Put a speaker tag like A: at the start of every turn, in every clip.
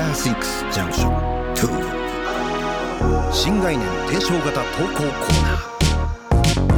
A: ーシックスジャンクション2新概念提唱型投稿コーナー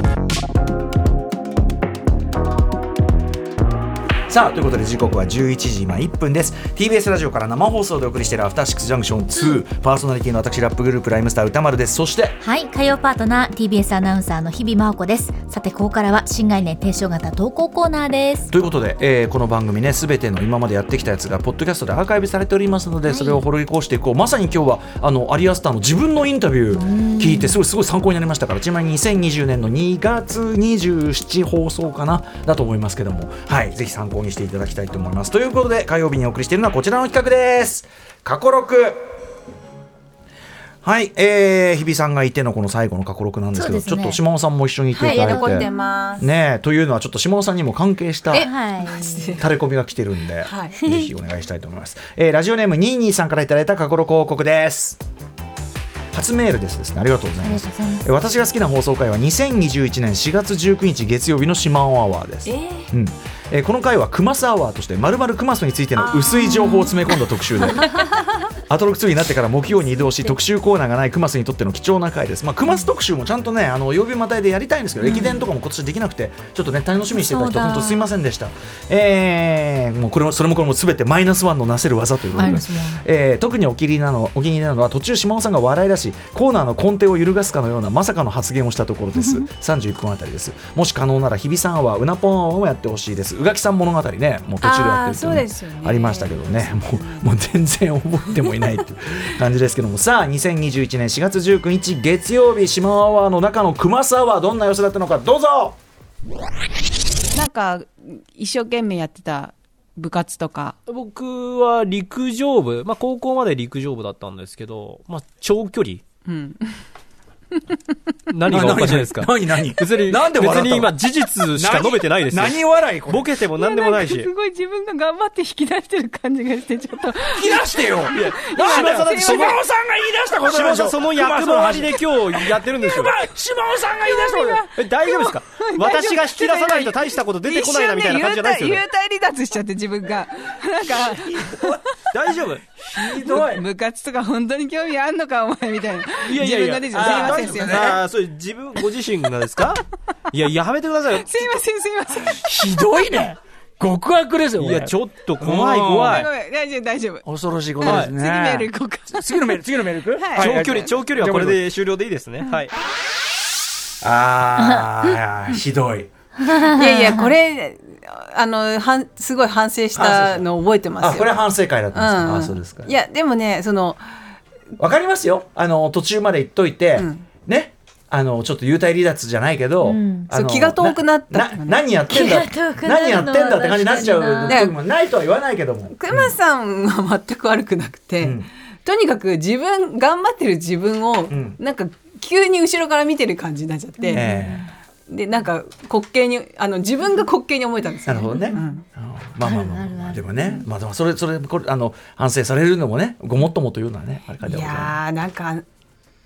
B: さあということで時刻は11時今1分です TBS ラジオから生放送でお送りしている「アフターシックスジャンクション2」パーソナリティの私ラップグループライムスター歌丸ですそして
C: はい火曜パートナー TBS アナウンサーの日々真央子ですさてここからは新概念提唱型投稿コーナーです
B: ということで、えーこの番組ねすべての今までやってきたやつがポッドキャストでアーカイブされておりますのでそれを掘り起こしていこう、まさに今日はあのアリアスターの自分のインタビュー聞いてすごいすごい参考になりましたからちなみに2020年の2月27放送かなだと思いますけどもはいぜひ参考にしていただきたいと思いますということで火曜日にお送りしているのはこちらの企画です過去6はい、えー、日比さんがいてのこの最後の過去6なんですけ
C: そうで
B: ど
C: す
B: ち
C: ね
B: ょっと島尾さんも一緒にいていただいて、
D: 残ってます。
B: ねえというのはちょっと島尾さんにも関係した
D: え
C: はい
B: 垂れ込みが来てるんで、
D: はい
B: ぜひお願いしたいと思います、えーラジオネームニーニーさんからいただいた過去の広告です初メールですですねありがとうございます
C: ありがとうございます
B: えー私が好きな放送回は2021年4月19日月曜日の島尾アワーです、
D: えー
B: うんえーこの回はクマスアワーとしてまるまるクマスについての薄い情報を詰め込んだ特 集でアトロック2になってから木曜に移動し特集コーナーがないクマスにとっての貴重な回です、まあ、クマス特集もちゃんとねあの曜日またいでやりたいんですけど、駅伝とかも今年できなくてちょっとね楽しみにしてた
C: そう
B: 人
C: だ
B: 本当すいませんでした、えーもうこれもそれもこれも全てマイナスワンのなせる技ということ
C: マイ
B: で
C: ナスワン、
B: えー特にお気に入りなのお気に入りなのは途中島尾さんが笑い出しコーナーの根底を揺るがすかのようなまさかの発言をしたところです31分あたりですもし可能なら日比さんはうなぽんアワーもやってほしいです宇垣さん物語ねもう途中でやってるっていう
D: あーそう
B: ね
D: ですよね
B: ありましたけどねもうもう全然覚えてもいないっていう感じですけども さあ2021年4月19日月曜日島尾アワーの中の熊沢はどんな様子だったのかどうぞ
D: なんか、一生懸命やってた部活とか。
E: 僕は陸上部、まあ、高校まで陸上部だったんですけど、まあ、長距離。
D: うん。
E: 何がおかしいで すか
B: 何何
E: 別に、
B: なんで笑ったの
E: 別に今事実しか述べてないですよ。
B: 何笑いこれ
E: ボケても何でもないし。
D: すごい自分が頑張って引き出してる感じがして、ちょっと。
B: 引き出してよ
E: 島田さんだ
B: 島尾さん
E: って
B: が言い出したことなん
E: 島
B: でし
E: 田
B: ょ
E: その役のありで今日やってるんでしょ
B: 熊島尾さんが言い出したこと
E: え大丈夫ですか私が引き出さないと大したこと出て
D: 一
E: こないな
D: 瞬
E: み
D: で
E: たいな
D: 幽
E: 感じじゃないです
D: 体、幽
E: よね。
D: 体離脱しちゃって自分が。なんか、
E: 大丈夫
B: ひどい
D: 部活とか本当に興味あんのか、お前みたいな。
E: いやい
D: 自
E: やい
D: 分が
E: や。
D: 出ち
B: あー
D: ゃうすいません、
B: 大丈夫
D: すいま
B: だ
D: せん。
E: ああ、それ自分、ご自身がですかいや、やめてくださいよ。
D: すいません、すいません。
B: ひどいね極悪ですよ
E: いや、ち
B: ょ
E: ょっと怖い
B: うん
E: 怖い
D: ご。めん、大丈夫、大丈夫。
B: 恐ろしいことですね
D: 次メール行こうか。
B: 次のメール次のメール行く
D: はい
E: 長距離、長距離はこれで終了でいいですね。はい。
B: ああ ひどい
D: いやいや、これ、あの、はんすごい反省したの覚えてますよ。
B: あこれ反省会だっ
D: うん
B: たんですかあそうですか
D: いや、でもね、その、
B: わかりますよあの途中まで行っといて
D: ん
B: ねあのちょっと幽体離脱じゃないけど
C: ん
B: あの
D: そう気が遠くなった
B: なな何やってんだ
C: 気が遠くなる
B: 何やってんだって感じになっち
C: 確かに
B: ゃう
D: な
B: 時もないとは言わないけども
D: クマさんは全く悪くなくて、
B: うん
D: とにかく自分、頑張ってる自分を、
B: ん
D: なんか、急に後ろから見てる感じになっちゃって、
B: ええ
D: で、なんか、滑稽に、あの、自分が滑稽に思えたんです
B: な
D: よ。
B: るほどね。
D: ん
B: あのまあまあまあまあ、でもね、まあでもそれ、それ、これ、あの、反省されるのもね、ごもっともというのはね、あれか
D: い
B: でございま
D: やー、なんか、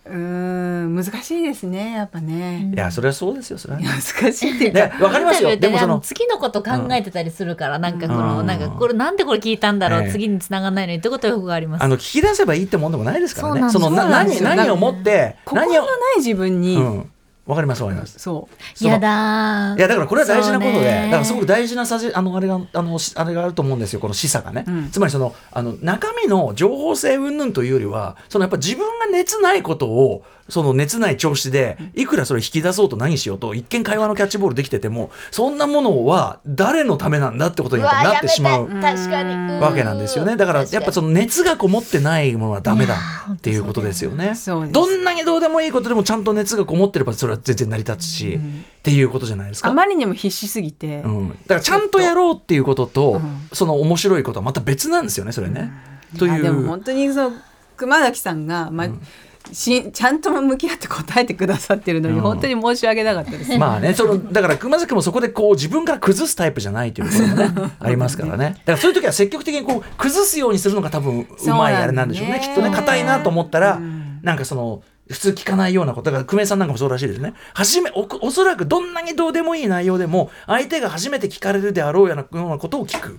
D: うーん、難しいですね、やっぱね。
B: すいや、それはそうですよ、それはね。
D: 難しいっていうか、
B: ね、わかりますよ。でもそ
C: あの
B: の、
C: 次のこと考えてたりするから、なんかこの、
B: うん
C: なんかこれなんでこれ聞いたんだろう、
B: ええ
C: 次に繋がんないのにってことはよくあります
B: あの、聞き出せばいいってもんでもないですから
C: そうなん
B: ね。
C: です
B: その、な
D: そうなんです
B: 何、
D: よ
B: 何を持って、
D: 心
B: 何
D: の
B: を、
D: ない自分に、
B: うん。わかります、わかります。
D: そう。
B: その
C: やだー
B: いやだからこれは大事なこと
C: そう
B: で、
C: ね
B: だからすごく大事なさじあのあれがあのしあれがあると思うんですよこの示唆がね、
D: ん
B: つまりそのあの中身の情報性云々というよりはそのやっぱ自分が熱ないことをその熱ない調子でいくらそれ引き出そうと何しようと一見会話のキャッチボールできててもそんなものは誰のためなんだってことにやっぱなってしまう
C: わやめたい確かにうん
B: わけなんですよねだからやっぱその熱がこもってないものはダメだっていうことですよね
D: そうです
B: どんなにどうでもいいことでもちゃんと熱がこもってればそれは全然成り立つし、っていうことじゃないですか
D: あまりにも必死すぎて、
B: うん、だからちゃんとやろうっていうことと、
D: うん
B: その面白いことはまた別なんですよねそれね。と
D: あ
B: い
D: でも
B: う
D: 本当にその熊崎さんが、ましちゃんと向き合って答えてくださってるのに、
B: うん
D: 本当に申し訳なかったです。
B: まあねそのだから熊崎もそこでこう自分から崩すタイプじゃないという こともねありますからねだからそういう時は積極的にこう崩すようにするのが多分うまいあれなんでしょうね
D: そう
B: き
D: だね
B: っとね硬いなと思ったら、
D: うん
B: なんかその普通聞かないようなことだから久米さんなんかもそうらしいですね初めおおそらくどんなにどうでもいい内容でも相手が初めて聞かれるであろうようなようなことを聞く。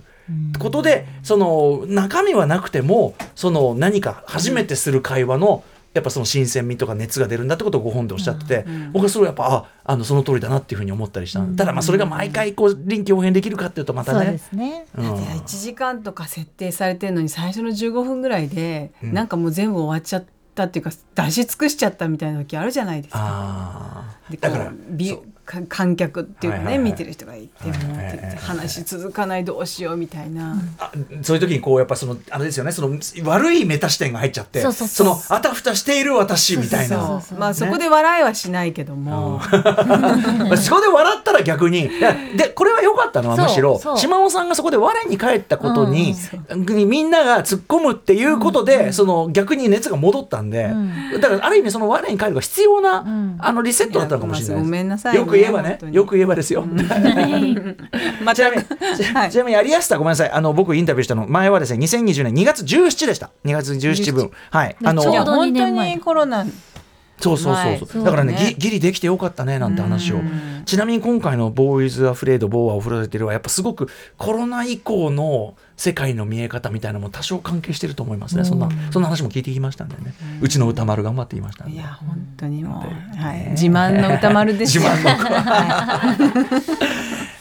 B: ことでその中身はなくてもその何か初めてする会話のやっぱその新鮮味とか熱が出るんだってことをご本でおっしゃってて、僕はそれをやっぱああのその通りだなっていうふうに思ったりした、ただまあそれが毎回こう臨機応変できるかっていうとまた
C: そう
B: ね
C: です ね。
B: うん
D: いや1時間とか設定されてるのに最初の15分ぐらいで、
B: うん
D: なんかもう全部終わっちゃったっていうか出し尽くしちゃったみたいな時あるじゃないですか。
B: ああ
D: で
B: だ
D: こ
B: からそ
D: うび
B: う
D: か観客っていうかね、
B: はいはいはい
D: 見てる人がいてもって
B: はいは
D: 言
B: いはい
D: っ
B: はい
D: て話続かないどうしようみたいな、
B: あそういう時にこうやっぱそのあれですよねその悪いメタ視点が入っちゃって
C: そうそうそう
B: のあたふたしている私みたいな。
C: そうそう
D: そうまあそこで笑いはしないけども、
B: そこで笑ったら 逆にいやでこれは良かったのは
C: そう
B: むしろ
C: そう
B: 島尾さんがそこで我に返ったことに,、みんなが突っ込むっていうことで、その逆に熱が戻ったんで、
C: う
B: だからある意味その我に返るが必要な、
C: ん
B: あのリセットだったのかもしれない
D: いやご
B: です
D: めんなさいね
B: よく言えばね
D: 本当に
B: よく言えばですよ。
D: ま
B: ち
D: た
B: なみに、
D: はい
B: ちなみに有安さんごめんなさい。あの僕インタビューしたの前はですね、2020年2月17でした。2月17分。はい。あの
C: ちょうど二
D: 本当
C: 年前
D: にコロナ
B: そうそう
D: は
B: そう
D: い
B: そう、
D: そう
B: だからね
D: ね
B: ぎギリできてよかったねなんて話を
D: うん
B: ちなみに今回の「ボーイズ・アフレード・ボーア・オフロデテル」はやっぱすごくコロナ以降の世界の見え方みたいなのも多少関係してると思いますねそんなそんな話も聞いてきましたんでねうちの歌丸頑張っていましたん
D: い
B: で
D: や本当にもう、はい、自慢の歌丸ですよ
B: 自慢の
D: は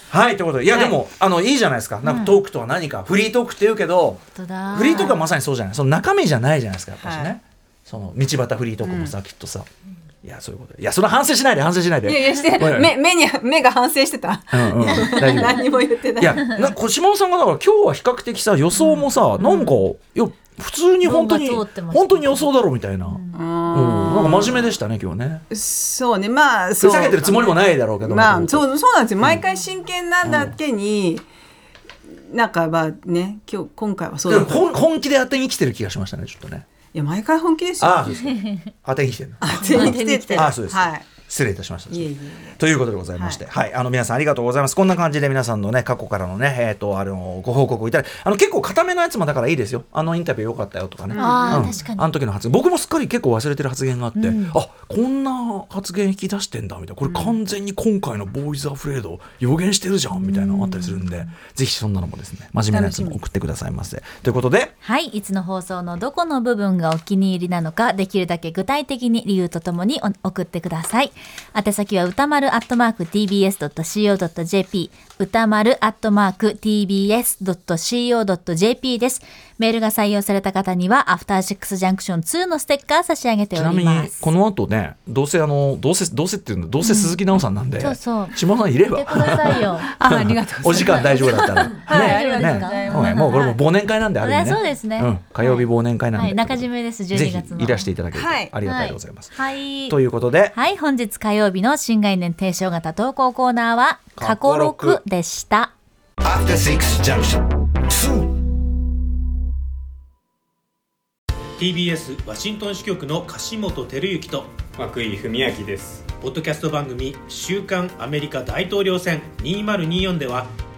B: はいということでいや
D: はい
B: でも、あのいいじゃないですかなんかトークとは何か、フリートークって言うけど
C: 本当だ
B: フリートークはまさにそうじゃないその中身じゃないじゃないですかやっぱしね、
D: はい
B: その道端フリートークもさ、きっとさいやそういうこといやそれは反省しないで反省しないで
D: い、いやいやし
B: ごめん
D: て
B: なさい
D: 目目に目が反省してた
B: うん うん、大丈夫
D: 何にも言ってない
B: いや、な小島さんがだから今日は比較的さ予想もさ、なんかいや普通に本当に
C: 論が通ってました
B: 本当に予想だろうみたいな、うん、
D: う
B: なん
D: ん
B: か真面目でしたね今日ね。
D: そうねまあ
B: ふ
D: そう
B: ざけてるつもりもないだろうけど。
D: まあ
B: もともと
D: そうそうなんですよ毎回真剣なんだけに、なんかまあね今日今回はそうだ
B: でも本本気で当てに来てる気がしましたねちょっとね。
D: いや毎回本気ですよ
B: ああそうですか。当てに来てるの。
D: 当てに来てて
B: ああそうですか。
D: はい
B: 失礼いたしました。
D: いえいえい
B: ということでございまして、はい、あの皆さんありがとうございます。こんな感じで皆さんのね、過去からのね、えっ、と、あの、ご報告をいただいあの、結構固めのやつもだからいいですよ。あのインタビュー良かったよとかね。
C: あー
B: うん
C: 確かに
B: あの時の発言、僕もすっかり結構忘れてる発言があって、あ、こんな発言引き出してんだみたいな、これ完全に今回のボーイズアフレードを予言してるじゃんみたいなのあったりするんで、ぜひそんなのもですね、真面目なやつも送ってくださいませ。ということで、
C: はい、いつの放送のどこの部分がお気に入りなのか、できるだけ具体的に理由とともにお送ってください。宛先は歌丸アットマーク tbs.co.jp、歌丸アットマーク tbs.co.jp です。メールが採用された方には、アフターシックスジャンクション2のステッカー差し上げて
B: ち
C: お
B: なみ
C: り
B: に
C: ます。
B: この後ね、どうせあの、どうせ、どうせっていうの、どうせ鈴木奈緒さんなんで、
C: そうそう
B: 島さんいれ
C: 言
B: ば
C: って。ください よ。
D: あありがとうご
B: お
D: ざい
B: 時間大丈夫だったら。 ね
D: ます、はい、ありがとうござい
B: ね、
D: ます、
B: はいもうこれも忘年会なんである意味ね。
C: そうですね
B: ん火曜日忘年会なん
C: は
B: で。
C: い、中締めです、
B: ぜ
C: 12
B: ひ
C: 月の。
B: いらしていただけると
D: はい
B: ありがたいでございます。
C: はい。
B: ということで、
C: はい、本日火曜日の新概念提唱型投稿コーナーは、過去6でした。
A: After Six Junction 2
F: TBS ワシントン支局の樫本照之と
G: 涌井文明です
F: ポッドキャスト番組「週刊アメリカ大統領選2024」では